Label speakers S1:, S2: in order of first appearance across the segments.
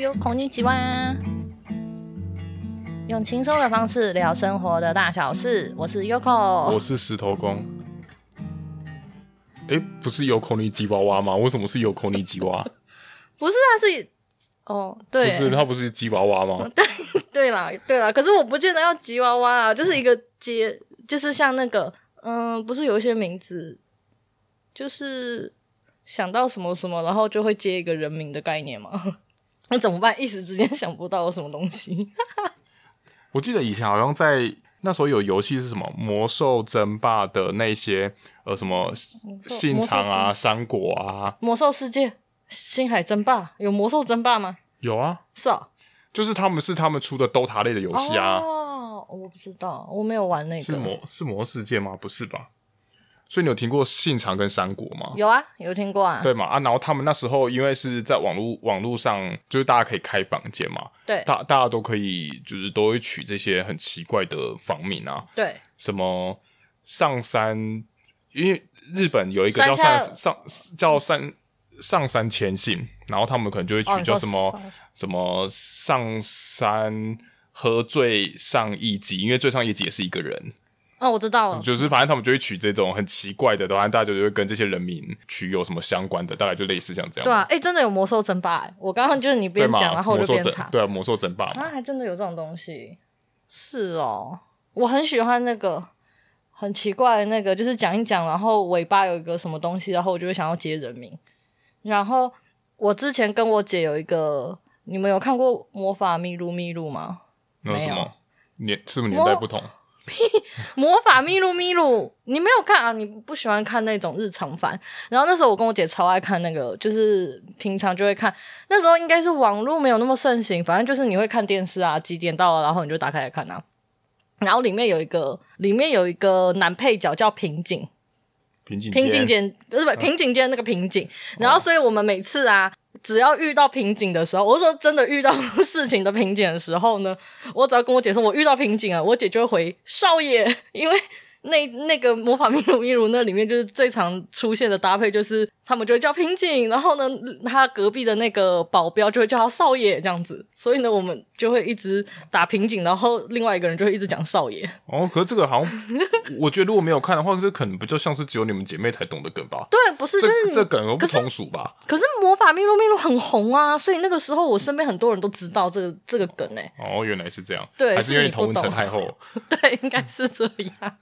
S1: 有恐惧几万。用轻松的方式聊生活的大小事，我是
S2: 我
S1: Yoko。
S2: 是石头公。哎，不是有口尼吉娃娃吗？为什么是有口尼吉娃？
S1: 不是啊，是哦，
S2: 不
S1: 对，嗯
S2: 是，它不是吉娃娃吗？
S1: 对嘛，对啦。可是我不见得要吉娃娃啊，就是一个接，就是像那个，嗯，不是有一些名字，就是想到什么什么，然后就会接一个人名的概念嘛。 那怎么办？一时之间想不到有什么东西。
S2: 我记得以前好像在那时候有游戏是什么魔兽争霸的那些呃什么信长
S1: 魔兽争
S2: 啊、三国啊，
S1: 魔兽世界、星海争霸有魔兽争霸吗？
S2: 有啊，
S1: 是啊，
S2: 就是他们是他们出的 DOTA 类的游戏啊，
S1: 哦，我不知道，我没有玩那
S2: 是
S1: 个。
S2: 魔是魔世界吗？不是吧？所以你有听过信长跟三国吗？
S1: 有啊，有听过啊。
S2: 对嘛啊，然后他们那时候因为是在网络网络上，就是大家可以开房间嘛，
S1: 对
S2: 大大家都可以就是都会取这些很奇怪的房名啊，
S1: 对
S2: 什么上山，因为日本有一个
S1: 山
S2: 叫
S1: 下
S2: 上上叫上上山千信，然后他们可能就会
S1: 哦
S2: 取
S1: 你
S2: 叫
S1: 说
S2: 什么、什么上山喝醉上一集，因为醉上一集也是一个人，
S1: 哦，我知道了。
S2: 就是反正他们就会取这种很奇怪的，反正大家就会跟这些人名取有什么相关的，大概就类似像这样，
S1: 对啊，哎，真的有魔兽争霸哎！我刚刚就是你
S2: 对
S1: 边
S2: 嘛？
S1: 讲，然后我
S2: 魔
S1: 就
S2: 兽
S1: 边
S2: 争
S1: 查
S2: 对啊，魔兽争霸嘛，
S1: 啊，还真的有这种东西。是哦，我很喜欢那个很奇怪的那个，就是讲一讲，然后尾巴有一个什么东西，然后我就会想要接人名。然后我之前跟我姐有一个，你们有看过《魔法秘录秘录》吗？
S2: 那什
S1: 没
S2: 么
S1: 有
S2: 年是不是年代不同？
S1: 魔法咪路咪路，你没有看啊？你不喜欢看那种日常番？然后那时候我跟我姐超爱看那个，就是平常就会看。那时候应该是网络没有那么盛行，反正就是你会看电视啊，几点到了，然后你就打开来看啊。然后里面有一个，里面有一个男配角叫平井，
S2: 平井
S1: 平井
S2: 坚
S1: 间嗯哦不是不是平井间那个平井。然后所以我们每次啊。只要遇到瓶颈的时候，我是说真的遇到事情的瓶颈的时候呢，我只要跟我姐说我遇到瓶颈了，我姐就会回少爷， 因为那那个魔法秘鲁秘鲁那里面就是最常出现的搭配，就是他们就会叫瓶颈，然后呢，他隔壁的那个保镖就会叫他少爷这样子，所以呢，我们就会一直打瓶颈，然后另外一个人就会一直讲少爷。
S2: 哦，可是这个好像， 我觉得如果没有看的话，这可能比较像是只有你们姐妹才懂的梗 吧。
S1: 对，不是，就是
S2: 这
S1: 你
S2: 这梗又
S1: 嗯
S2: 不
S1: 可是
S2: 通俗吧？
S1: 可是魔法秘鲁秘鲁很红啊，所以那个时候我身边很多人都知道这个这个梗哎、
S2: 哦，原来是这样，
S1: 对
S2: 还是
S1: 是
S2: 因为
S1: 你
S2: 你头
S1: 不
S2: 文成
S1: 懂
S2: 太厚。
S1: 对，应该是这样。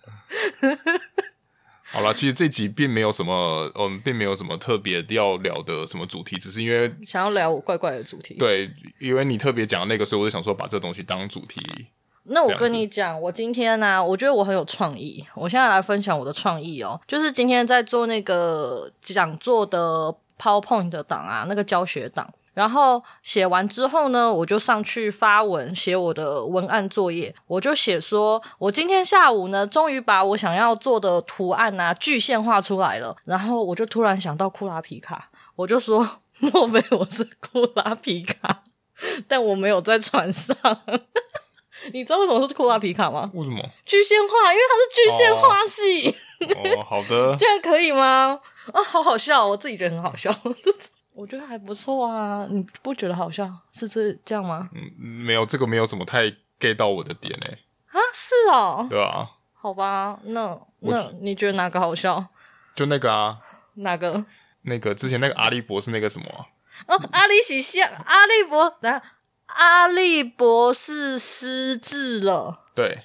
S2: 好了，其实这集并没有什么，嗯，并没有什么特别要聊的什么主题，只是因为
S1: 想要聊我怪怪的主题。
S2: 对，因为你特别讲的那个，所以我就想说把这东西当主题。
S1: 那我
S2: 这样
S1: 跟
S2: 子
S1: 你讲，我今天呢、啊我觉得我很有创意。我现在来分享我的创意哦，就是今天在做那个讲座的 PowerPoint 的档啊，那个教学档。然后写完之后呢，我就上去发文写我的文案作业。我就写说，我今天下午呢，终于把我想要做的图案啊具现化出来了。然后我就突然想到库拉皮卡，我就说， 莫非我是库拉皮卡？ 但我没有在船上。你知道为什么是库拉皮卡吗？
S2: 为什么？
S1: 具现化，因为它是具现化系，
S2: 哦，好的
S1: 这，样可以吗？啊，好好笑哦，我自己觉得很好笑， 我觉得还不错啊，你不觉得好笑是这这样吗？
S2: 嗯，没有这个没有什么太 get 到我的点诶、
S1: 啊，是哦，
S2: 对啊，
S1: 好吧，那
S2: 我
S1: 那你觉得哪个好笑？
S2: 就那个啊，
S1: 哪个？
S2: 那个之前那个阿笠博士那个什么啊、
S1: 哦，阿里喜像阿利博，等下阿利博士失智了，
S2: 对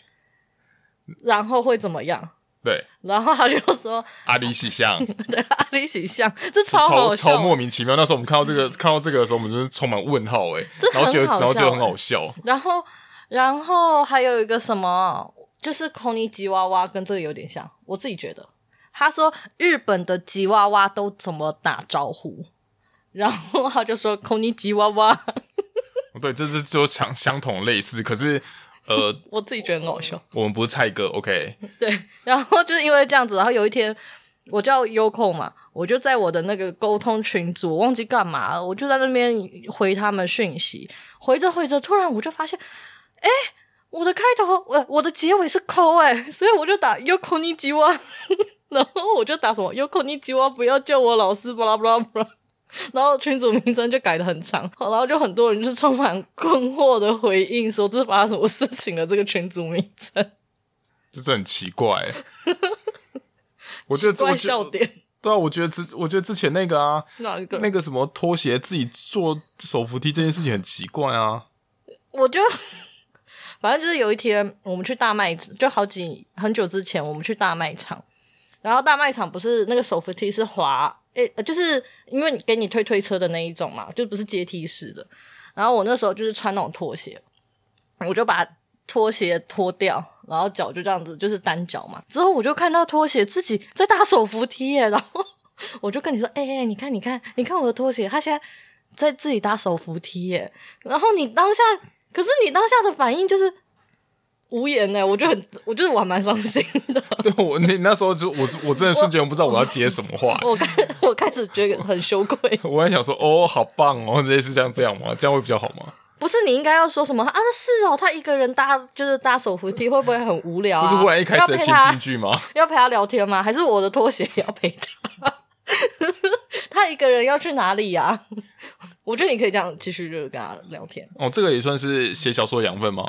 S1: 然后会怎么样？
S2: 对，
S1: 然后他就说，
S2: 阿笠喜相。
S1: 对，阿里喜像，这超
S2: 超
S1: 好
S2: 超
S1: 笑，
S2: 莫名其妙。那时候我们看到这个看到这个的时候，我们就是充满问号哎、
S1: 这
S2: 然后觉得
S1: 很好
S2: 然后觉得
S1: 笑欸
S2: 很好笑。
S1: 然后，然后还有一个什么，就是孔尼吉娃娃跟这个有点像，我自己觉得。他说日本的吉娃娃都怎么打招呼，然后他就说孔尼吉娃娃，
S2: 对，这是就相相同类似，可是呃，
S1: 我自己觉得很好笑。
S2: 我们不是菜哥，OK？
S1: 对， 然后就是因为这样子，然后有一天我叫优酷嘛，我就在我的那个沟通群组，我忘记干嘛了，我就在那边回他们讯息，回着回着，突然我就发现，哎，我的开头，呃我我的结尾是抠哎、所以我就打优酷 你吉哇，然后我就打什么优酷你吉哇，不要叫我老师，巴拉巴拉巴拉。然后群组名称就改的很长，好然后就很多人就是充满 困惑的回应说这是发生什么事情了？这个群组名称，
S2: 就是很奇怪、欸 我觉得这
S1: 怪
S2: 我觉
S1: 笑
S2: 得
S1: 点
S2: 对啊，我觉得之我觉得之前那个啊，
S1: 哪一个？
S2: 那个什么拖鞋自己做手扶梯这件事情很奇怪啊。
S1: 我就反正就是有一天我们去大卖，就好几很久之前我们去大卖场，然后大卖场不是那个手扶梯是滑，诶、呃就是因为你给你推推车的那一种嘛，就不是阶梯式的。然后我那时候就是穿那种拖鞋，我就把拖鞋脱掉，然后脚就这样子，就是单脚嘛。之后我就看到拖鞋自己在搭手扶梯耶，然后我就跟你说：“哎、哎、你看，你看，你看我的拖鞋，它现在在自己搭手扶梯耶。”然后你当下，可是你当下的反应就是无言呢，我就很，我就是我还蛮伤心的。
S2: 对我那那时候就我我真的瞬间不知道我要接什么话，
S1: 我开我开始觉得很羞愧。
S2: 我还想说哦，好棒哦，类似这样这样吗？这样会比较好吗？
S1: 不是你应该要说什么啊？那是哦，他一个人搭就是搭手扶梯，会不会很无聊、啊？
S2: 就是忽然一开始的
S1: 要陪
S2: 情
S1: 他
S2: 境剧吗？
S1: 要陪他聊天吗？还是我的拖鞋 也要陪他？ 他一个人要去哪里呀、 我觉得你可以这样继续就是跟他聊天。
S2: 哦，这个也算是写小说的养分吗？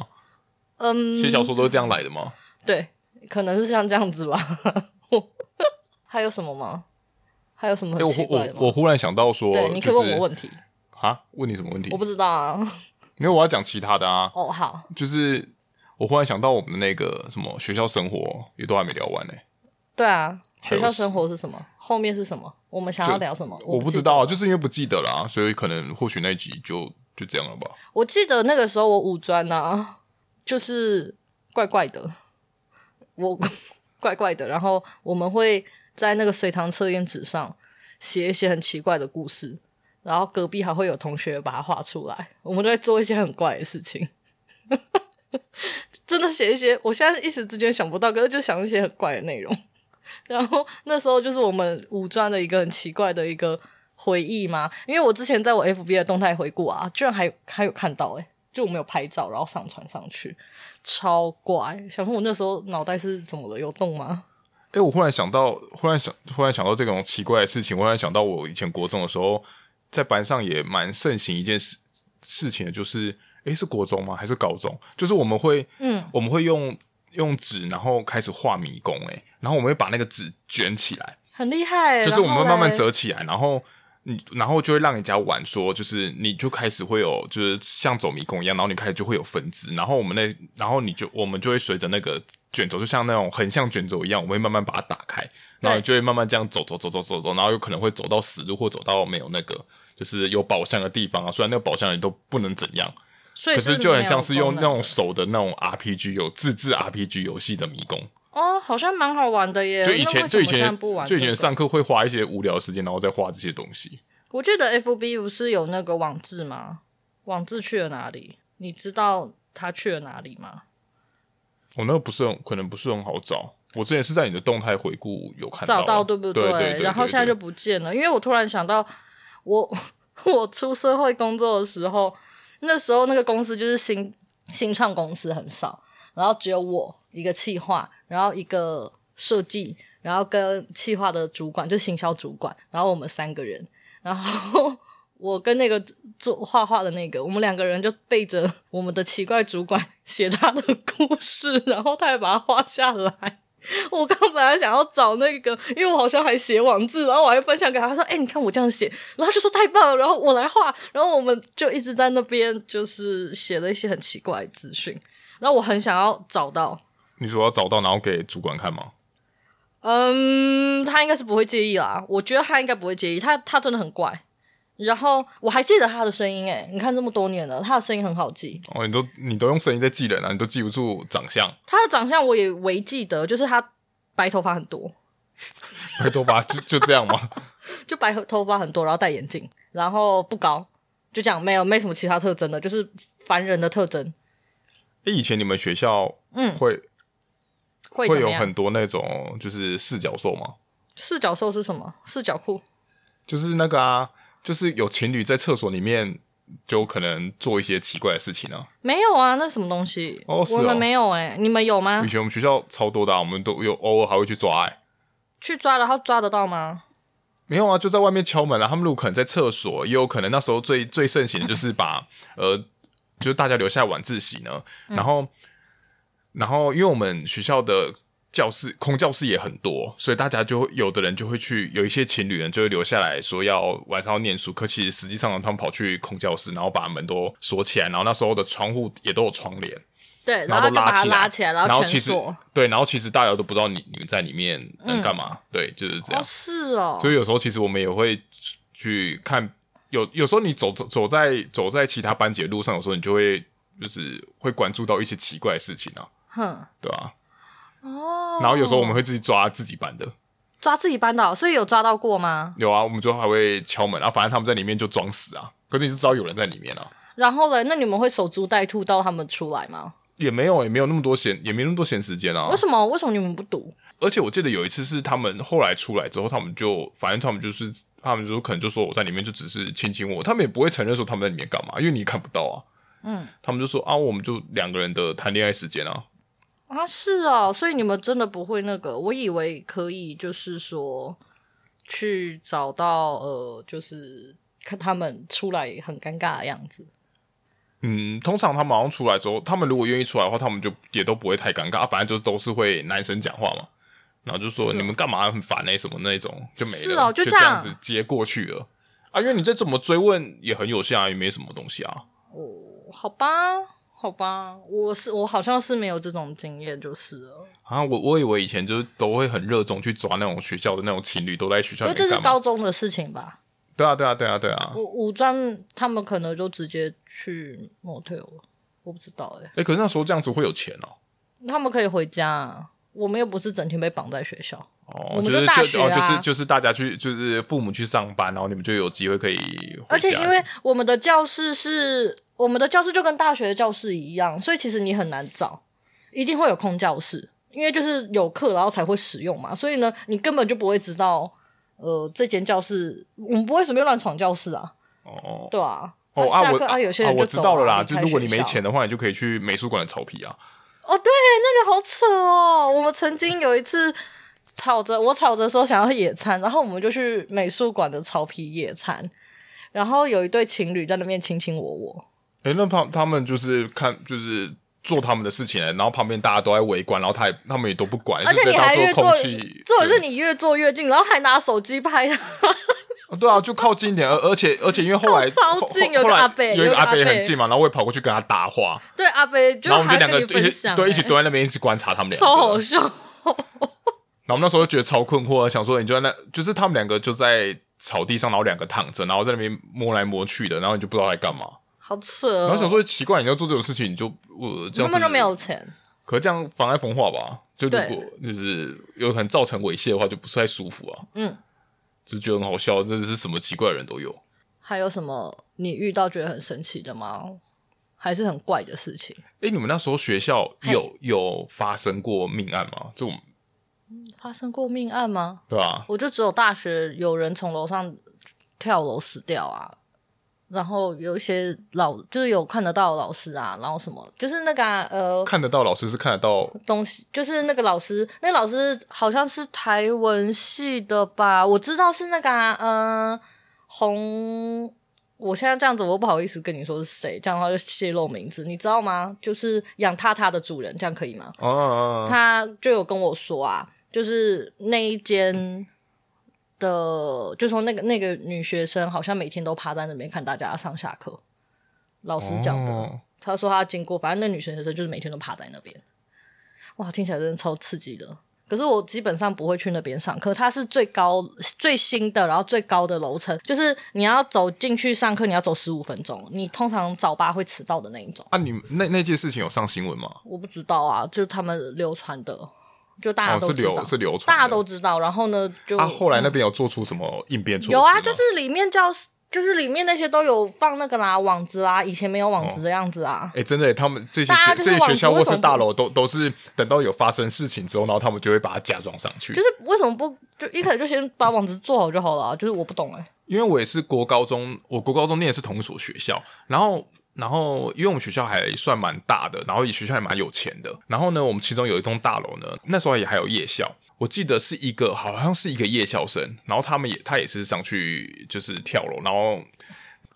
S1: 嗯，
S2: 写小说都是这样来的吗？
S1: 对，可能是像这样子吧。 我还有什么吗？还有什么
S2: 哎、
S1: 很奇
S2: 我
S1: 怪的
S2: 我
S1: 吗？
S2: 我忽然想到说，
S1: 对，你可以
S2: 就是
S1: 问我问题，
S2: 啊，问你什么问题
S1: 我？不知道啊。
S2: 因为我要讲其他的啊，
S1: 哦，好，
S2: 就是我忽然想到我们的那个什么学校生活也都还没聊完呢、
S1: 对啊，学
S2: 有
S1: 校
S2: 什
S1: 生活是什么？后面是什么？我们想
S2: 就
S1: 要聊什么？
S2: 我不
S1: 记
S2: 知
S1: 得
S2: 道啊，就是因为不记得啦，所以可能或许那一集就就这样了吧。
S1: 我记得那个时候我五专啊，就是怪怪的，我 怪怪的。然后我们会在那个随堂测验纸上写一些很奇怪的故事，然后隔壁还会有同学把它画出来。我们都在做一些很怪的事情， 真的写一些，我现在一时之间想不到，可是就想一些很怪的内容。 然后那时候就是我们五专的一个很奇怪的一个回忆吗？因为我之前在我 FB 的动态回顾啊，居然还还有看到哎、就我没有拍照，然后上传上去，超怪。想说我那时候脑袋是怎么了？有动吗？
S2: 哎、我忽然想到，忽然想，忽然想到这种奇怪的事情，忽然想到我以前国中的时候，在班上也蛮盛行一件事事情的，就是，哎、是国中吗？还是高中？就是我们会，嗯，我们会用用纸，然后开始画迷宫，哎，然后我们会把那个纸卷起来，
S1: 很厉害、欸
S2: 就是我们会
S1: 然后嘞
S2: 慢慢。折起来，然后你，然后就会让人家玩说，就是你就开始会有，就是像走迷宫一样，然后你开始就会有分支，然后我们那，然后你就我们就会随着那个卷轴，就像那种横向卷轴一样，我们会慢慢把它打开，然后你就会慢慢这样走走走走走走，然后有可能会走到死路或走到没有那个。就是有宝箱的地方啊，虽然那个宝箱也都不能怎样，
S1: 所以
S2: 可是就很像是用
S1: 没
S2: 那
S1: 有功
S2: 种手的那种 RPG 有自制 RPG 游戏的迷宫，
S1: 能哦，好像蛮好玩的耶。
S2: 就以
S1: 那
S2: 前
S1: 为什
S2: 就
S1: 么
S2: 以
S1: 现在
S2: 前
S1: 不玩
S2: 就以
S1: 这
S2: 前
S1: 个
S2: 上课会花一些无聊的时间，然后再画这些东西。
S1: 我记得 FB 不是有那个网志吗？网志去了哪里？你知道他去了哪里吗？
S2: 我、那个不是很可能不是很好找，我之前是在你的动态回顾有看
S1: 找
S2: 到
S1: 到，
S2: 啊，
S1: 对
S2: 对
S1: 不
S2: 对对对
S1: 然后现在
S2: 对
S1: 就不见了，因为我突然想到，我 我出社会工作的时候，那时候那个公司就是新新创公司很少，然后只有我一个企划，然后一个设计，然后跟企划的主管就行销主管，然后我们三个人，然后。 我跟那个做画画的那个，我们两个人就背着我们的奇怪主管写他的故事，然后他也把它画下来。 我刚本来想要找那个，因为我好像还写网志，然后我还分享给他，他说：“哎、你看我这样写。”然后他就说太棒了，然后我来画，然后我们就一直在那边就是写了一些很奇怪的资讯，然后我很想要找到，
S2: 你说要找到，然后给主管看吗？
S1: 嗯，他应该是不会介意啦，我觉得他应该不会介意，他他真的很怪。然后我还记得他的声音、哎，你看这么多年了，他的声音很好记，
S2: 哦，你都你都用声音在记人啊，你都记不住长相，
S1: 他的长相我也唯记得，就是他白头发很多，
S2: 白头发就就这样吗？
S1: 就白头发很多，然后戴眼镜，然后不高，就这样，没有没什么其他特征的，就是凡人的特征。
S2: 诶以前你们学校嗯会
S1: 会
S2: 会
S1: 怎么
S2: 有
S1: 样？
S2: 很多那种就是四角兽吗？
S1: 四角兽是什么？四角裤
S2: 就是那个啊，就是有情侣在厕所里面就可能做一些奇怪的事情啊。
S1: 没有啊？那什么东西？
S2: 哦是哦
S1: 我们没有哎、你们有吗
S2: 以？前我们学校超多的、啊，我们都有偶尔还会去抓、欸，
S1: 去抓，然后抓得到吗？
S2: 没有啊，就在外面敲门啊。他们如果可能在厕所，也有可能那时候最最盛行的就是把呃，就是大家留下晚自习呢。然后，然后因为我们学校的教室空教室也很多，所以大家就会有的人就会去，有一些情侣人就会留下来说要晚上要念书，可其实实际上他们跑去空教室，然后把门都锁起来，然后那时候的窗户也都有窗帘。
S1: 对，
S2: 然
S1: 后
S2: 后
S1: 就
S2: 都
S1: 把它
S2: 起来，
S1: 拉起来，
S2: 然
S1: 后
S2: 其
S1: 全
S2: 实
S1: 锁。
S2: 对，然后其实大家都不知道你你们在里面能干嘛，对，就是这样。
S1: 哦，是嗯哦，
S2: 所以有时候其实我们也会去看，有有时候你走走走在走在其他班级的路上，有时候你就会就是会关注到一些奇怪的事情啊，
S1: 哼，
S2: 对吧、
S1: 哦。
S2: 然后有时候我们会自己抓自己班的，
S1: 抓自己班的哦，所以有抓到过吗？
S2: 有啊，我们就还会敲门，然啊后反正他们在里面就装死啊，可是你是知道有人在里面啊，
S1: 然后嘞，那你们会守株待兔到他们出来吗？
S2: 也没有也没有那么多闲也没那么多闲时间啊
S1: 为，什么？为什么你们不读？
S2: 而且我记得有一次是他们后来出来之后，他们就反正他们就是他们就可能就说我在里面就只是亲亲我，他们也不会承认说他们在里面干嘛，因为你也看不到啊。嗯，他们就说啊，我们就两个人的谈恋爱时间啊，
S1: 啊，是哦，所以你们真的不会那个？我以为可以，就是说去找到呃，就是看他们出来很尴尬的样子。
S2: 嗯，通常他们好像出来之后，他们如果愿意出来的话，他们就也都不会太尴尬，啊反正就都是会男生讲话嘛，然后就说
S1: 是哦
S2: 你们干嘛很烦哎、什么那种就没了，
S1: 是哦
S2: 就
S1: 就
S2: 这
S1: 这
S2: 样
S1: 样
S2: 子接过去了啊，因为你再怎么追问也很有限啊，也没什么东西啊，
S1: 好吧，好吧，我是我好像是没有这种经验，就是了。
S2: 啊，我我以为以前就是都会很热衷去抓那种学校的那种情侣，都在学校
S1: 因
S2: 里
S1: 为
S2: 面
S1: 这是
S2: 干嘛？
S1: 高中的事情吧？
S2: 对啊，对啊，对啊，对啊。
S1: 我五专他们可能就直接去 motel 了，我不知道哎、
S2: 哎、可是那时候这样子会有钱哦、
S1: 他们可以回家、啊，我们又不是整天被绑在学校。
S2: 哦，
S1: 我们
S2: 就
S1: 就是大
S2: 就
S1: 学
S2: 哦，就是
S1: 啊
S2: 就是大家去，就是父母去上班，然后你们就有机会可以回
S1: 而且
S2: 家
S1: 因为我们的教室是我们的教室就跟大学的教室一样，所以其实你很难找，一定会有空教室，因为就是有课然后才会使用嘛，所以呢，你根本就不会知道，呃，这间教室我们不会随便乱闯教室啊，
S2: 哦
S1: 对啊。
S2: 哦
S1: 下
S2: 我
S1: 课啊，有些
S2: 啊
S1: 人就
S2: 我知
S1: 走
S2: 道了啦，
S1: 离
S2: 就
S1: 开
S2: 如果你
S1: 学校
S2: 没钱的话，你就可以去美术馆的草皮啊。
S1: 哦，对，那个好扯哦！我们曾经有一次吵着，我吵着说想要野餐，然后我们就去美术馆的草皮野餐，然后有一对情侣在那边卿卿我我，
S2: 哎、那他他们就是看就是。做他们的事情了，然后旁边大家都在围观，然后他也他们也都不管，
S1: 而
S2: 就
S1: 且
S2: 直
S1: 你
S2: 接当
S1: 还越
S2: 做
S1: 坐
S2: 空气，
S1: 坐的
S2: 对
S1: 是你越坐越近，然后还拿手机拍他，
S2: 啊对啊，就靠近一点，而而且而且因为后来
S1: 靠超近
S2: 后
S1: 有个
S2: 后来
S1: 阿伯
S2: 有一
S1: 有
S2: 个
S1: 个
S2: 阿伯
S1: 阿伯
S2: 很近嘛，然后我也跑过去跟他搭话，
S1: 对阿飞就
S2: 然后我
S1: 还
S2: 们就两
S1: 跟
S2: 个
S1: 你
S2: 一
S1: 分
S2: 起
S1: 享、
S2: 对一
S1: 欸
S2: 起蹲在那边一起观察他们两个，
S1: 超好笑，
S2: 然后我们那时候就觉得超困惑，想说你就在那，就是他们两个就在草地上，然后两个躺着，然后在那边摸来摸去的，然后你就不知道在干嘛。
S1: 好扯、哦。
S2: 然后想说奇怪，你要做这种事情，你就呃这
S1: 他
S2: 样子
S1: 们就没有，钱，
S2: 可这样妨碍风化吧？就如
S1: 对
S2: 果就是有可能造成猥亵的话，就不是太舒服啊。
S1: 嗯，
S2: 就觉得很好笑，真的是什么奇怪的人都有。
S1: 还有什么你遇到觉得很神奇的吗？还是很怪的事情？
S2: 哎，你们那时候学校
S1: 嘿
S2: 有有发生过命案吗？这种
S1: 发生过命案吗？
S2: 对吧？
S1: 我就只有大学有人从楼上跳楼死掉啊，然后有一些老就是有看得到的老师啊，然后什么就是那个、啊、呃
S2: 看得到老师是看得到
S1: 东西，就是那个老师，那个老师好像是台文系的吧，我知道是那个啊嗯、呃、洪。我现在这样子，我不好意思跟你说是谁，这样的话就泄露名字，你知道吗？就是养榻榻的主人，这样可以吗？
S2: 哦哦，哦
S1: 他就有跟我说啊，就是那一间的，就说那个那个女学生好像每天都趴在那边看大家上下课，老师讲的。
S2: 哦
S1: 他说他经过，反正那女学生就是每天都趴在那边，哇，听起来真的超刺激的。可是我基本上不会去那边上课，它是最高最新的，然后最高的楼层，就是你要走进去上课，你要走十五分钟，你通常早八会迟到的那一种。
S2: 啊，你们那那件事情有上新闻吗？
S1: 我不知道啊，就是他们流传的，就大家
S2: 哦，
S1: 都
S2: 是
S1: 知道，
S2: 流是流传的，
S1: 大家都知道。然后呢，就、
S2: 啊，后来那边有做出什么应变措施
S1: 有啊，
S2: 吗
S1: 就是里面教室，就是里面那些都有放那个啦网子啊啦，以前没有网子的样子啊。
S2: 哎、真的耶，他们这些
S1: 大
S2: 学
S1: 家就
S2: 这
S1: 是
S2: 些
S1: 往
S2: 学校
S1: 出
S2: 或
S1: 什
S2: 是
S1: 么
S2: 大
S1: 不
S2: 楼都都是等到有发生事情之后，然后他们就会把它加装上去。
S1: 就是为什么不就一开始就先把网子做好就好了、啊？就是我不懂哎、
S2: 因为我也是国高中，我国高中念的是同一所学校，然后然后因为我们学校还算蛮大的，然后也学校也蛮有钱的，然后呢，我们其中有一栋大楼呢，那时候也还有夜校。我我记得是一个好像是一个夜校生，然后他们也他也是上去就是跳楼，然后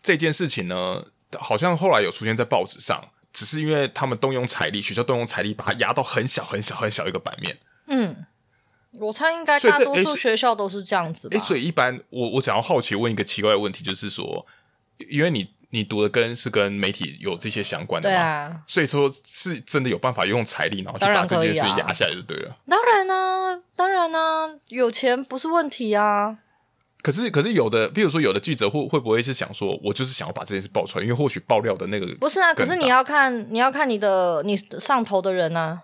S2: 这件事情呢，好像后来有出现在报纸上，只是因为他们动用财力，学校动用财力把它压到很小很小很小一个版面。
S1: 我猜应该
S2: 所以
S1: 大
S2: 这
S1: 多
S2: 诶
S1: 数
S2: 是
S1: 学校都是这样子吧
S2: 诶，。所以一般我我想要好奇问一个奇怪的问题，就是说，因为你你读的跟是跟媒体有这些相关的
S1: 对
S2: 嘛，
S1: 啊，
S2: 所以说是真的有办法用财力，然后去
S1: 当然
S2: 把这
S1: 可
S2: 件
S1: 以
S2: 事
S1: 啊
S2: 情压下来就对了。
S1: 当然啊，当然啊，有钱不是问题啊。
S2: 可是，可是有的，比如说有的记者会会不会是想说，我就是想要把这件事爆出来，因为或许爆料的那个
S1: 不是啊，可
S2: 更
S1: 是
S2: 大
S1: 你要看，你要看你的你上头的人啊。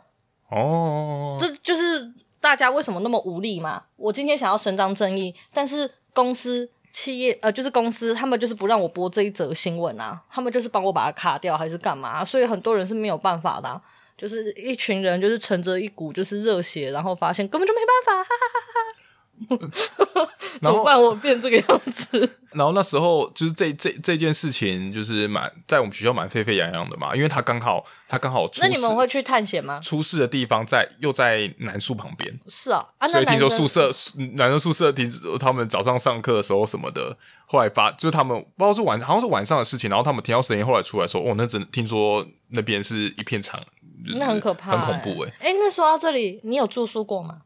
S2: 哦，
S1: 这就是大家为什么那么无力嘛。我今天想要伸张正义，但是公司、企业呃，就是公司他们就是不让我播这一则新闻啊，他们就是帮我把它卡掉还是干嘛、啊所以很多人是没有办法的啊、就是一群人就是乘着一股就是热血，然后发现根本就没办法，哈
S2: 然
S1: 怎么
S2: 后
S1: 办？我变这个样 子，
S2: 然后那时候就是这这这件事情就是蛮在我们学校蛮沸沸扬扬的嘛，因为他刚好他刚好出
S1: 那你
S2: 事
S1: 们会去探险吗？
S2: 出事的地方在又在南树旁边，
S1: 是啊，啊，
S2: 所
S1: 那
S2: 以听
S1: 男生
S2: 说宿舍男生宿舍听他们早上上课的时候什么的，后来发就是他们不知道是晚好像是晚上的事情，然后他们听到声音，后来出来说哦，那真听说那边是一片场，就是
S1: 那很可怕、
S2: 很恐怖哎、
S1: 哎、那说到这里，你有住宿过吗？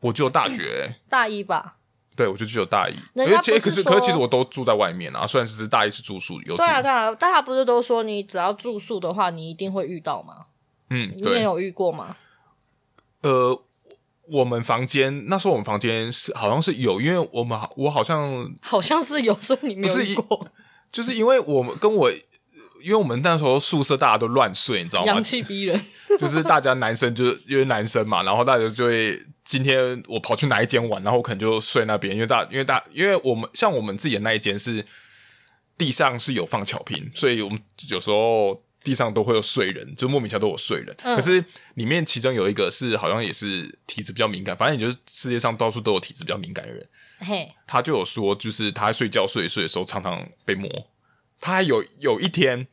S2: 我只有大学、欸，
S1: 大一吧。
S2: 对我就只有大一，
S1: 人
S2: 而
S1: 家
S2: 且
S1: 不是
S2: 可是
S1: 说
S2: 可是其实我都住在外面啊，虽然是大一是住宿有住
S1: 对，啊，对啊，大家不是都说你只要住宿的话，你一定会遇到吗？
S2: 嗯，
S1: 你也
S2: 对，
S1: 有遇过吗？
S2: 呃。我们房间那时候我们房间是好像是有，因为我们好我好像
S1: 好像是有，所以你没有
S2: 不是
S1: 遇过
S2: 就是因为我们跟我，因为我们那时候宿舍大家都乱睡，你知道吗
S1: 阳？气逼 人。
S2: 就是大家男生就是因为男生嘛，然后大家就会今天我跑去哪一间玩，然后我可能就睡那边，因为大因为大因为我们像我们自己的那一间是地上是有放巧拼，所以我们有时候地上都会有睡人，就莫名其妙都有睡人。可是里面其中有一个是好像也是体质比较敏感，反正也就是世界上到处都有体质比较敏感的人，
S1: 嘿，
S2: 他就有说，就是他睡觉睡一睡的时候常常被摸。他还有有一天，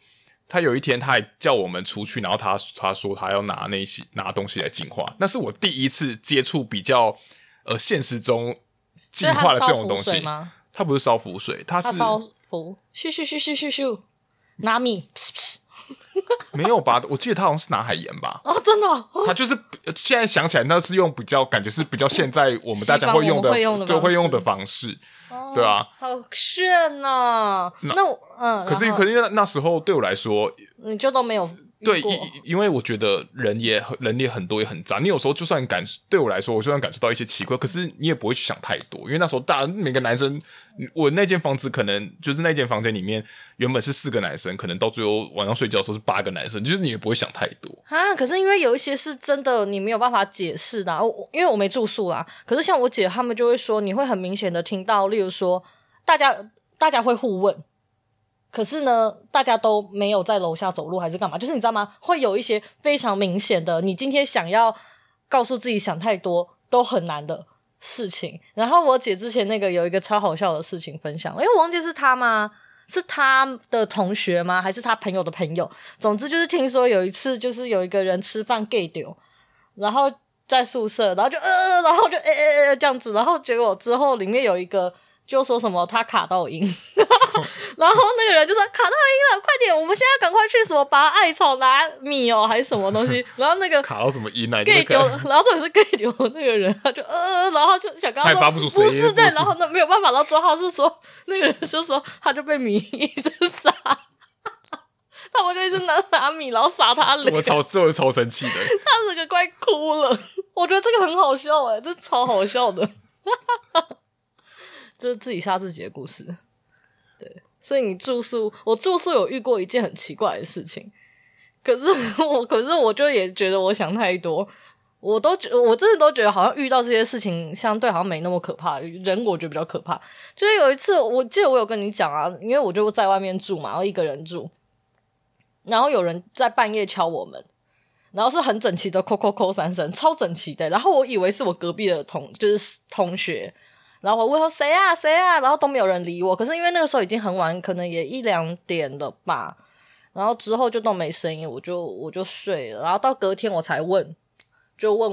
S2: 他有一天他还叫我们出去，然后他他说他要拿那些拿东西来净化。那是我第一次接触比较呃现实中
S1: 所
S2: 净
S1: 以
S2: 化
S1: 他
S2: 的
S1: 烧
S2: 这种
S1: 符
S2: 东
S1: 水
S2: 西。
S1: 吗？
S2: 他不是烧符水，他
S1: 他
S2: 是
S1: 烧符，咻咻咻咻咻咻，拿米， 噗噗
S2: 没有吧？我记得他好像是拿海盐吧。
S1: 哦，真的哦、
S2: 他就是呃现在想起来，那是用比较感觉是比较现在我们大家会用
S1: 西方我
S2: 的，
S1: 们会用的
S2: 就会
S1: 方式
S2: 用的方式，对啊。
S1: 好炫呐、那我嗯，
S2: 可是
S1: 然后
S2: 可是那那时候对我来说，
S1: 你就都没有遇
S2: 对，
S1: 过
S2: 因因为我觉得人也很人也很多也很杂。你有时候就算感对我来说，我就算感受到一些奇怪，可是你也不会去想太多，因为那时候大每个男生，我那间房子可能就是那间房间里面原本是四个男生，可能到最后晚上睡觉的时候是八个男生，就是你也不会想太多。
S1: 啊，可是因为有一些是真的你没有办法解释的、啊，我因为我没住宿啦。可是像我姐她们就会说，你会很明显的听到，例如说大家大家会互问，可是呢，大家都没有在楼下走路还是干嘛，就是你知道吗？会有一些非常明显的，你今天想要告诉自己想太多都很难的。事情，然后我姐之前那个有一个超好笑的事情分享，因为我忘记是她吗？是她的同学吗？还是她朋友的朋友？总之就是听说有一次，就是有一个人吃饭 gay 丢，然后在宿舍，然后就呃，然后就呃呃呃这样子，然后结果之后里面有一个就说什么他卡到音， 然后那个人就说卡到音了，快点，我们现在赶快去什么拔艾草拿米哦，还是什么东西，然后那个
S2: 卡到什么音啊？
S1: gay
S2: 这
S1: 丢，
S2: 个
S1: 然后这里是 gay 丢那个人，他就呃，然后就想跟
S2: 他也
S1: 说
S2: 发不出声音
S1: 是
S2: 不
S1: 对，
S2: 是
S1: 然后那没有办法，然后之后他是说那个人就说 他就被米一直撒，他们就一直拿拿米然后撒他脸，
S2: 我超这我超生气的。
S1: 他整个快哭 了。我觉得这个很好笑哎、这超好笑 的，就是自己杀自己的故事。对，所以你住宿，我住宿有遇过一件很奇怪的事情，可是我， 可是我就也觉得我想太多。我都觉，我真的都觉得好像遇到这些事情，相对好像没那么可怕。人我觉得比较可怕，就是有一次，我记得我有跟你讲啊，因为我就在外面住嘛，然后一个人住，然后有人在半夜敲我门，然后是很整齐的扣扣扣三声，超整齐的。然后我以为是我隔壁的同就是同学，然后我问他谁啊谁啊，然后都没有人理我。可是因为那个时候已经很晚，可能也一两点了吧。然后之后就都没声音，我就我就睡了。然后到隔天我才问，就问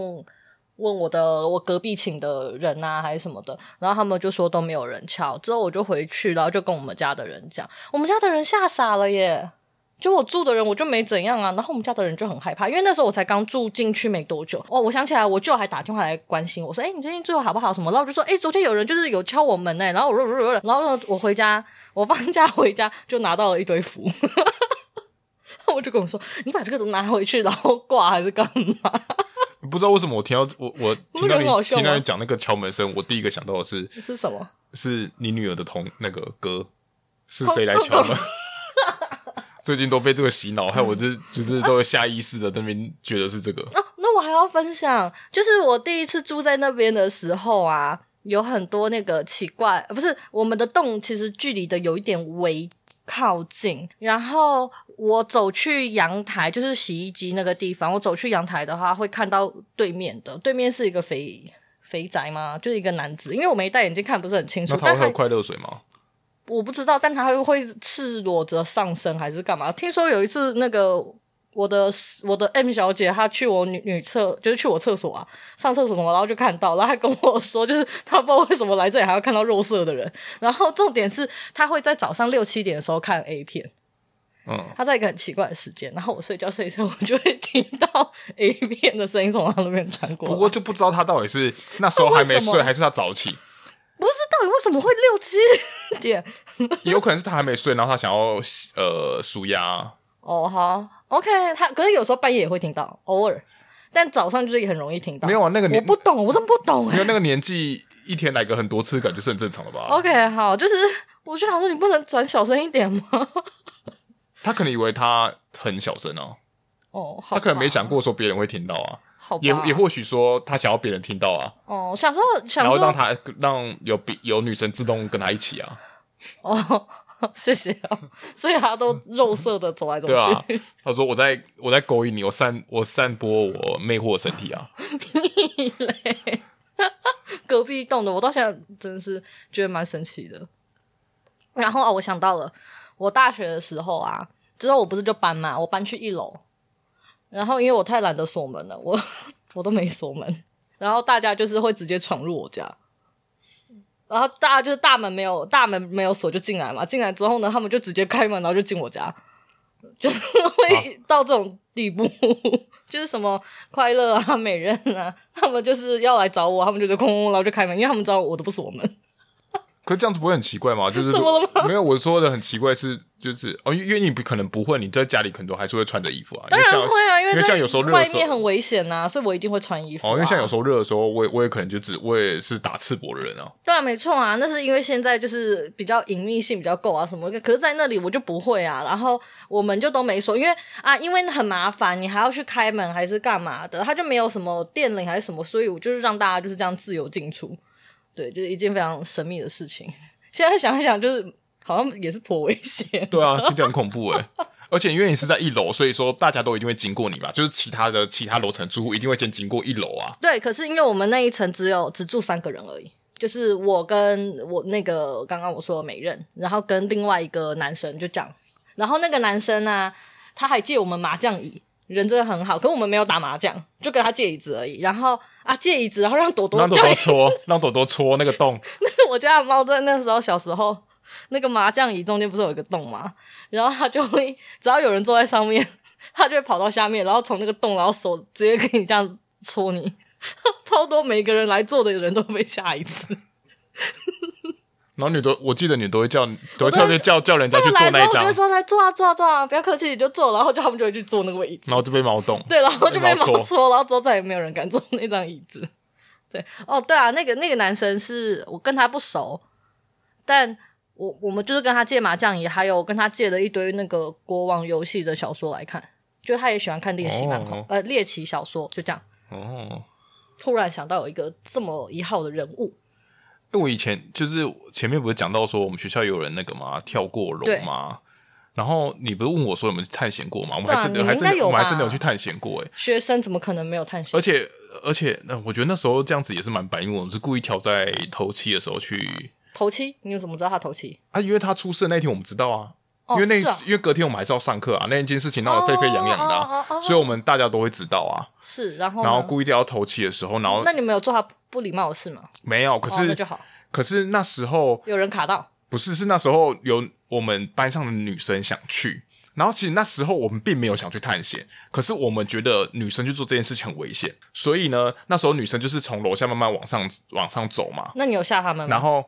S1: 问我的我隔壁请的人啊，还是什么的，然后他们就说都没有人敲。之后我就回去，然后就跟我们家的人讲，我们家的人吓傻了耶。就我住的人，我就没怎样啊。然后我们家的人就很害怕，因为那时候我才刚住进去没多久。哦，我想起来，我舅还打电话来关心我说：“哎、你最近住的好不好？”什么？然后我就说：“哎、昨天有人就是有敲我门呢、然后我说：“然后呢，我回家，我放假回家就拿到了一堆符。 我就跟我说：“你把这个都拿回去，然后挂还是干嘛
S2: 不知道为什么我听到我我
S1: 不觉
S2: 听
S1: 得
S2: 到
S1: 很好
S2: 你
S1: 笑啊
S2: 听到
S1: 吗
S2: 你讲那个敲门声，我第一个想到的是？”
S1: 是什么？
S2: 是你女儿的同那个歌，
S1: 哦
S2: 是谁来敲门？ 最近都被这个洗脑，害我就是就是都会下意识的那边觉得是这个。
S1: 哦，那我还要分享，就是我第一次住在那边的时候啊，有很多那个奇怪，呃不是我们的洞其实距离的有一点微靠近，然后我走去阳台，就是洗衣机那个地方，我走去阳台的话会看到对面的，对面是一个肥肥宅吗？就是一个男子，因为我没戴眼镜看不是很清楚
S2: 那，他
S1: 但
S2: 会
S1: 他
S2: 喝快乐水吗？
S1: 我不知道，但他会赤裸着上身还是干嘛？听说有一次那个我的我的 M 小姐，她去我女女厕，就是去我厕所啊，上厕所什么，然后就看到，然后她跟我说，就是她不知道为什么来这里还要看到肉色的人。然后重点是，她会在早上六七点的时候看 A 片，
S2: 嗯，
S1: 她在一个很奇怪的时间，然后我睡觉睡一睡，我就会听到 A 片的声音从她那边传过来。
S2: 不过就不知道他到底是那时候还没
S1: 为什么
S2: 睡，还是他早起，
S1: 不是到底为什么会六七点？
S2: 也有可能是他还没睡，然后他想要呃舒压。
S1: 哦，好，OK，他可是有时候半夜也会听到，偶尔，但早上就是也很容易听到。
S2: 没有啊那个
S1: 我
S2: 你
S1: 不懂，我真不懂
S2: 因
S1: 哎、
S2: 为那个年纪，一天来个很多次，感觉是很正常的吧？
S1: OK，好，就是我就想说，你不能转小声一点吗？
S2: 他可能以为他很小声哦、
S1: 哦，好
S2: 他
S1: 吧，
S2: 可能没想过说别人会听到啊，
S1: 好吧，
S2: 也也或许说他想要别人听到啊。
S1: 哦，想说想
S2: 然后
S1: 说，
S2: 让他让有比有女生自动跟他一起啊，
S1: 哦， 谢谢哦，所以他都肉色的走来走
S2: 对啊
S1: 去，，
S2: 他说我在我在勾引你，我散我散播我魅惑的身体啊，
S1: 隔壁栋的，我到现在真是觉得蛮神奇的。然后啊，我想到了，我大学的时候啊，之后我不是就搬嘛，我搬去一楼，然后因为我太懒得锁门了，我我都没锁门，然后大家就是会直接闯入我家，然后大家就是大门没有大门没有锁就进来嘛，进来之后呢，他们就直接开门，然后就进我家，就是 会到这种地步，就是什么快乐啊、 美人啊，他们就是要来找我，他们就是哐哐，哐然后就开门，因为他们知道我都不锁门。
S2: 可是这样子不会很奇怪吗？ 就是
S1: 怎么了
S2: 没有我说的很奇怪是就是哦，因为因为你不可能不会，你在家里可能都还是会穿着衣服啊，
S1: 当然
S2: 因为像
S1: 会啊，因为
S2: 因为
S1: 在
S2: 像有时候热的
S1: 外
S2: 时候
S1: 面很危险呐、所以我一定会穿衣服、啊。
S2: 哦，因为像有时候热的时候，我也我也可能就只我也是打赤膊的 人啊，
S1: 对啊，没错啊，那是因为现在就是比较隐秘性比较够啊，什么的。可是，在那里我就不会啊，然后我们就都没说，因为啊，因为很麻烦，你还要去开门还是干嘛的，他就没有什么电铃还是什么，所以我就是让大家就是这样自由进出。对，就是一件非常神秘的事情。现在想一想，就是好像也是颇危险。
S2: 对啊，听起来很恐怖哎、而且因为你是在一楼，所以说大家都一定会经过你嘛，就是其他的其他楼层住户一定会先经过一楼啊。
S1: 对，可是因为我们那一层只有只住三个人而已，就是我跟我那个刚刚我说的美人，然后跟另外一个男生就这样，然后那个男生呢、他还借我们麻将椅。人真的很好，可我们没有打麻将，就跟他借椅子而已。然后啊，借椅子，然后让朵朵
S2: 让朵
S1: 叫
S2: 朵戳，让朵朵戳那个洞，
S1: 我家的猫在那时候小时候，那个麻将椅中间不是有一个洞吗？然后它就会，只要有人坐在上面， 它就会跑到下面，然后从那个洞，然后手直接给你这样戳你。 超多每个人来坐的人都被吓一次。
S2: 然后你都，我记得你都会叫，都会特别叫叫人家去
S1: 他
S2: 坐
S1: 们来
S2: 那
S1: 的
S2: 一
S1: 时候，我
S2: 张
S1: 就会，说来坐啊坐啊坐啊，不要客气，你就坐。然后就他们就会去坐那个位置，
S2: 然后就被猫洞。
S1: 对，然后就被
S2: 被猫戳
S1: 猫戳，然后之后再也没有人敢坐那张椅子。对，哦，对啊，那个那个男生是我跟他不熟，但我我们就是跟他借麻将椅，还有跟他借了一堆那个国王游戏的小说来看，就他也喜欢看猎奇漫画，
S2: 哦
S1: 呃，猎奇小说，就这样。
S2: 哦，
S1: 突然想到有一个这么一号的人物，
S2: 因为我以前就是前面不是讲到说我们学校有人那个嘛跳过楼嘛，然后你不是问我说有没有去探险过嘛？我们还真
S1: 对啊
S2: 的
S1: 你
S2: 还
S1: 应该
S2: 真的
S1: 有
S2: 我们还
S1: 吧
S2: 真的有去探险过哎，
S1: 学生怎么可能没有探险
S2: 而？且而且那我觉得那时候这样子也是蛮白，因为我们是故意挑在头七的时候去
S1: 头七，你又怎么知道他头七？
S2: 啊，因为他出事的那天我们知道啊，
S1: 哦
S2: 因为那、
S1: 是哦
S2: 因为隔天我们还是要上课啊，那件事情闹得沸沸扬扬的啊、
S1: 哦哦哦哦哦
S2: 所以我们大家都会知道啊。
S1: 是，然后呢
S2: 然后故意要头气的时候，然后
S1: 那你们有做他不礼貌的事吗？
S2: 没有，可
S1: 哦，
S2: 是、
S1: 那就好，
S2: 可是那时候
S1: 有人卡到，
S2: 不是是那时候有我们班上的女生想去，然后其实那时候我们并没有想去探险，可是我们觉得女生去做这件事情很危险，所以呢，那时候女生就是从楼下慢慢往上往上走嘛，
S1: 那你有吓他们吗？
S2: 然后。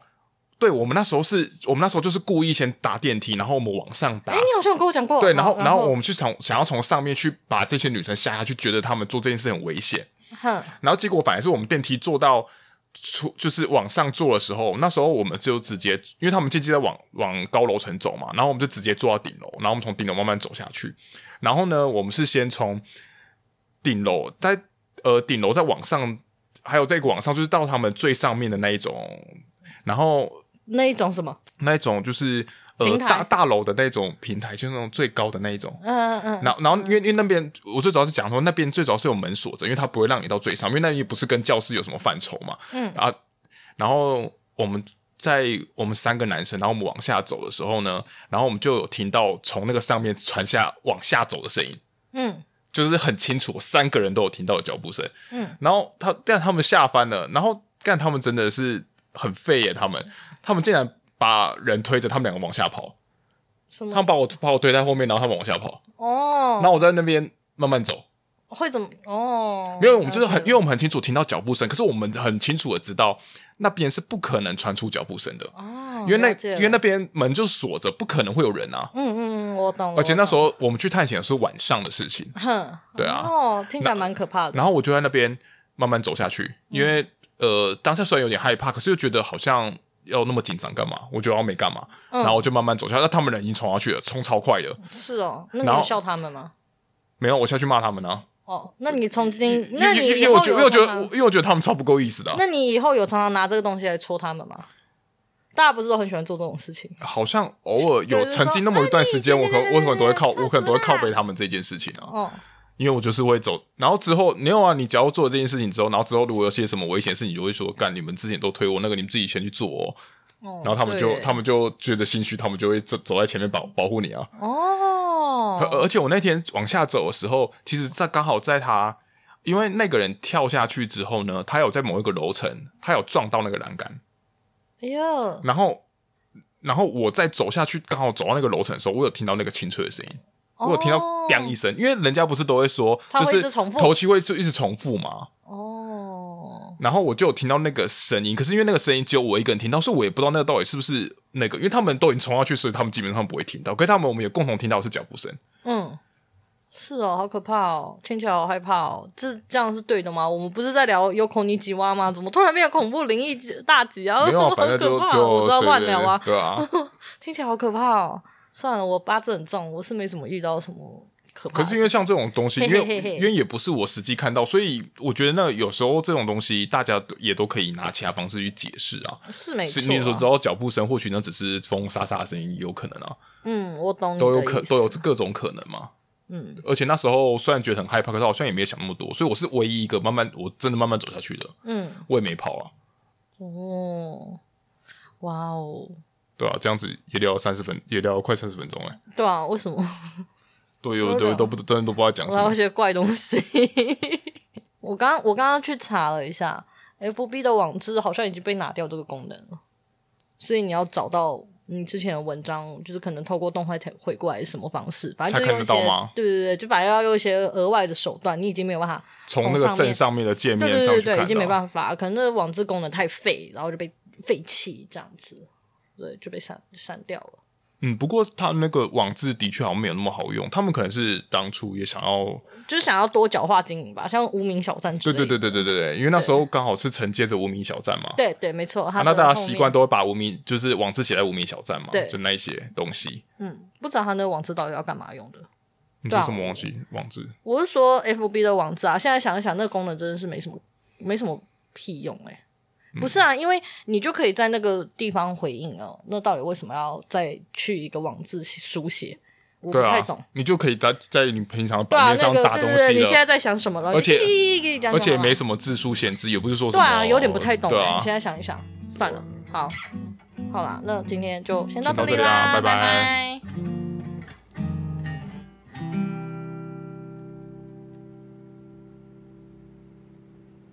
S2: 对我们那时候是我们那时候就是故意先搭电梯，然后我们往上搭
S1: 哎，，你好像有跟我讲过，
S2: 对，然后
S1: 好
S2: 然后我们去从想要从上面去把这些女生吓下去，觉得她们做这件事很危险，
S1: 哼，
S2: 然后结果反而是我们电梯坐到出就是往上坐的时候，那时候我们就直接，因为他们电梯在往往高楼层走嘛，然后我们就直接坐到顶楼，然后我们从顶楼慢慢走下去。然后呢，我们是先从顶楼在呃顶楼再往上，还有再往上，就是到他们最上面的那一种，然后
S1: 那一种什么，
S2: 那一种就是呃
S1: 平台
S2: 大大楼的那种平台，就是那种最高的那一种。
S1: 嗯嗯嗯，
S2: 然后，然后因为因为那边我最主要是讲说那边最主要是有门锁着，因为它不会让你到最上，因为那也不是跟教室有什么范畴嘛。
S1: 嗯
S2: 啊，然后我们在我们三个男生，然后我们往下走的时候呢，然后我们就有听到从那个上面传下往下走的声音，
S1: 嗯，
S2: 就是很清楚，三个人都有听到的脚步声。
S1: 嗯，
S2: 然后他但他们吓翻了，然后干他们真的是很废耶，他们他们竟然把人推着他们两个往下跑，
S1: 什
S2: 他
S1: 么
S2: 们把我把我推在后面，然后他们往下跑，然
S1: 哦，
S2: 后我在那边慢慢走。
S1: 会怎么哦？
S2: 没有，我们就是很，
S1: 了
S2: 因
S1: 解
S2: 为我们很清楚听到脚步声，可是我们很清楚的知道那边是不可能传出脚步声的，
S1: 哦，
S2: 因为那
S1: 了解了
S2: 因为那边门就锁着，不可能会有人啊。
S1: 嗯嗯嗯，我懂。
S2: 而且那时
S1: 候，
S2: 候我们去探险的是晚上的事情，
S1: 哼，
S2: 对啊
S1: 哦，听起来蛮可怕的。
S2: 然后我就在那边慢慢走下去，
S1: 嗯
S2: 因为呃当下虽然有点害怕，可是又觉得好像要那么紧张干嘛？我觉得好像没干嘛，
S1: 嗯
S2: 然后我就慢慢走下去。那他们人已经冲下去了，冲超快的，
S1: 是哦，那你
S2: 然
S1: 有
S2: 后
S1: 笑他们吗？
S2: 没有我下去骂他们啊，
S1: 哦，那你从今，
S2: 因
S1: 那
S2: 为
S1: 你
S2: 因为
S1: 以
S2: 因为
S1: 后
S2: 我觉得因
S1: 有
S2: 为我觉
S1: 常
S2: 得
S1: 常，
S2: 因为我觉得他们超不够意思的啊、
S1: 那你以后有常常拿这个东西来戳他们吗？大家不是都很喜欢做这种事情？
S2: 好像偶尔有
S1: 就是说
S2: 曾经那么一段时间，
S1: 哎
S2: 我
S1: 你
S2: 可能我可能都会靠
S1: 你
S2: 我可能都会
S1: 超时
S2: 靠
S1: 了
S2: 背他们这件事情啊，
S1: 哦，
S2: 因为我就是会走，然后之后没有啊，你只要做了这件事情之后，然后之后如果有些什么危险事，你就会说干，你们之前都推我那个，你们自己先去做哦，
S1: 哦
S2: 然后他们就
S1: 对
S2: 他们就觉得心虚，他们就会走走在前面保保护你啊，而
S1: 哦，
S2: 而且我那天往下走的时候，其实在刚好在他。因为那个人跳下去之后呢，他有在某一个楼层，他有撞到那个栏杆，
S1: 哎呀，
S2: 然后，然后我再走下去，刚好走到那个楼层的时候，我有听到那个清脆的声音，我有听到“
S1: 哦
S2: 当”一声，因为人家不是都会说，
S1: 它
S2: 就
S1: 会
S2: 是
S1: 一直重复
S2: 头七会就一直重复嘛。
S1: 哦，
S2: 然后我就有听到那个声音，可是因为那个声音只有我一个人听到，所以我也不知道那个到底是不是那个，因为他们都已经冲下去，所以他们基本上不会听到。可是他们我们有共同听到的是脚 步声，
S1: 嗯，是哦，好可怕哦，听起来好害怕哦。这这样是对的吗？我们不是在聊有孔尼吉蛙吗？怎么突然变成恐怖灵异大集啊？
S2: 没有啊，
S1: 好
S2: 反正就
S1: 可怕哦
S2: 就
S1: 我知道
S2: 随
S1: 乱
S2: 便
S1: 聊啊，
S2: 对啊。
S1: 听起来好可怕哦。算了，我八字很重，我是没什么遇到什么可怕
S2: 可
S1: 的事
S2: 是
S1: 情。
S2: 因为像这种东 西，
S1: 嘿
S2: 因
S1: 嘿
S2: 为
S1: 嘿嘿
S2: 因为也不是我实际看到，所以我觉得那有时候这种东西大家也都可以拿其他方式去解释啊。
S1: 是没错
S2: 是
S1: 啊、
S2: 你所知道脚步声，或许那只是风沙沙的声音，也有可能啊，
S1: 嗯，我懂你
S2: 都有
S1: 的
S2: 可
S1: 意思
S2: 都有各种可能嘛。嗯，而且那时候虽然觉得很害怕，可是好像也没有想那么多，所以我是唯一一个慢慢我真的慢慢走下去的，
S1: 嗯
S2: 我也没跑啊，
S1: 哦，哇哦，
S2: 对啊，这样子也聊了三十分，也聊了快三十分钟哎、
S1: 对啊，为什么？
S2: 都有
S1: 多
S2: 都
S1: 聊
S2: 都不真的都不知道讲
S1: 我
S2: 什
S1: 还有
S2: 么
S1: 一，些怪东西。 我刚我刚刚去查了一下，FB 的网志好像已经被拿掉这个功能了，所以你要找到你之前的文章，就是可能透过动态回过来是什么方式，反正就
S2: 才
S1: 用
S2: 看得
S1: 一些
S2: 到吗
S1: 对对对，就反正要用一些额外的手段，你已经没有办法，
S2: 从那个正上面的界
S1: 对
S2: 面
S1: 对
S2: 上
S1: 对
S2: 去看
S1: 对，
S2: 到，
S1: 已经没办法，可能那个网志功能太废，然后就被废弃这样子，对，就被删删掉了。
S2: 嗯，不过他那个网志的确好像没有那么好用，他们可能是当初也想要，
S1: 就是想要多角化经营吧，像无名小站之
S2: 对
S1: 类
S2: 对
S1: 的。
S2: 对对对对对，因为那时候刚好是承接着无名小站嘛，
S1: 对对，没错。
S2: 啊
S1: 它、
S2: 那
S1: 的
S2: 大家
S1: 后
S2: 习
S1: 面
S2: 惯都会把无名就是网志写在无名小站嘛，
S1: 对
S2: 就那一些东西。
S1: 嗯不知道他那个网址到底要干嘛用的。
S2: 你
S1: 对
S2: 说
S1: 啊
S2: 什么东西？网志
S1: 我是说 FB 的网址啊，现在想一想，那个功能真的是没什么没什么屁用哎、
S2: 嗯
S1: 不是啊，因为你就可以在那个地方回应哦。那到底为什么要再去一个网址书写？我不
S2: 对
S1: 太
S2: 啊
S1: 懂。，
S2: 你就可以在在你平常的
S1: 对
S2: 版
S1: 啊，
S2: 面
S1: 那
S2: 上
S1: 个
S2: 打
S1: 对
S2: 东
S1: 对对，
S2: 西
S1: 你现在
S2: 了，
S1: 在想什么了？
S2: 而且
S1: 给你讲
S2: 而且
S1: 什么
S2: 没什么字数显示，也不是说什
S1: 对
S2: 么
S1: 啊，有点不太懂、
S2: 对
S1: 欸。
S2: 啊
S1: 你，现在想一想，算了，好，好啦，那今天就先到这
S2: 先到
S1: 里
S2: 这里啦
S1: 啦，
S2: 拜拜
S1: 拜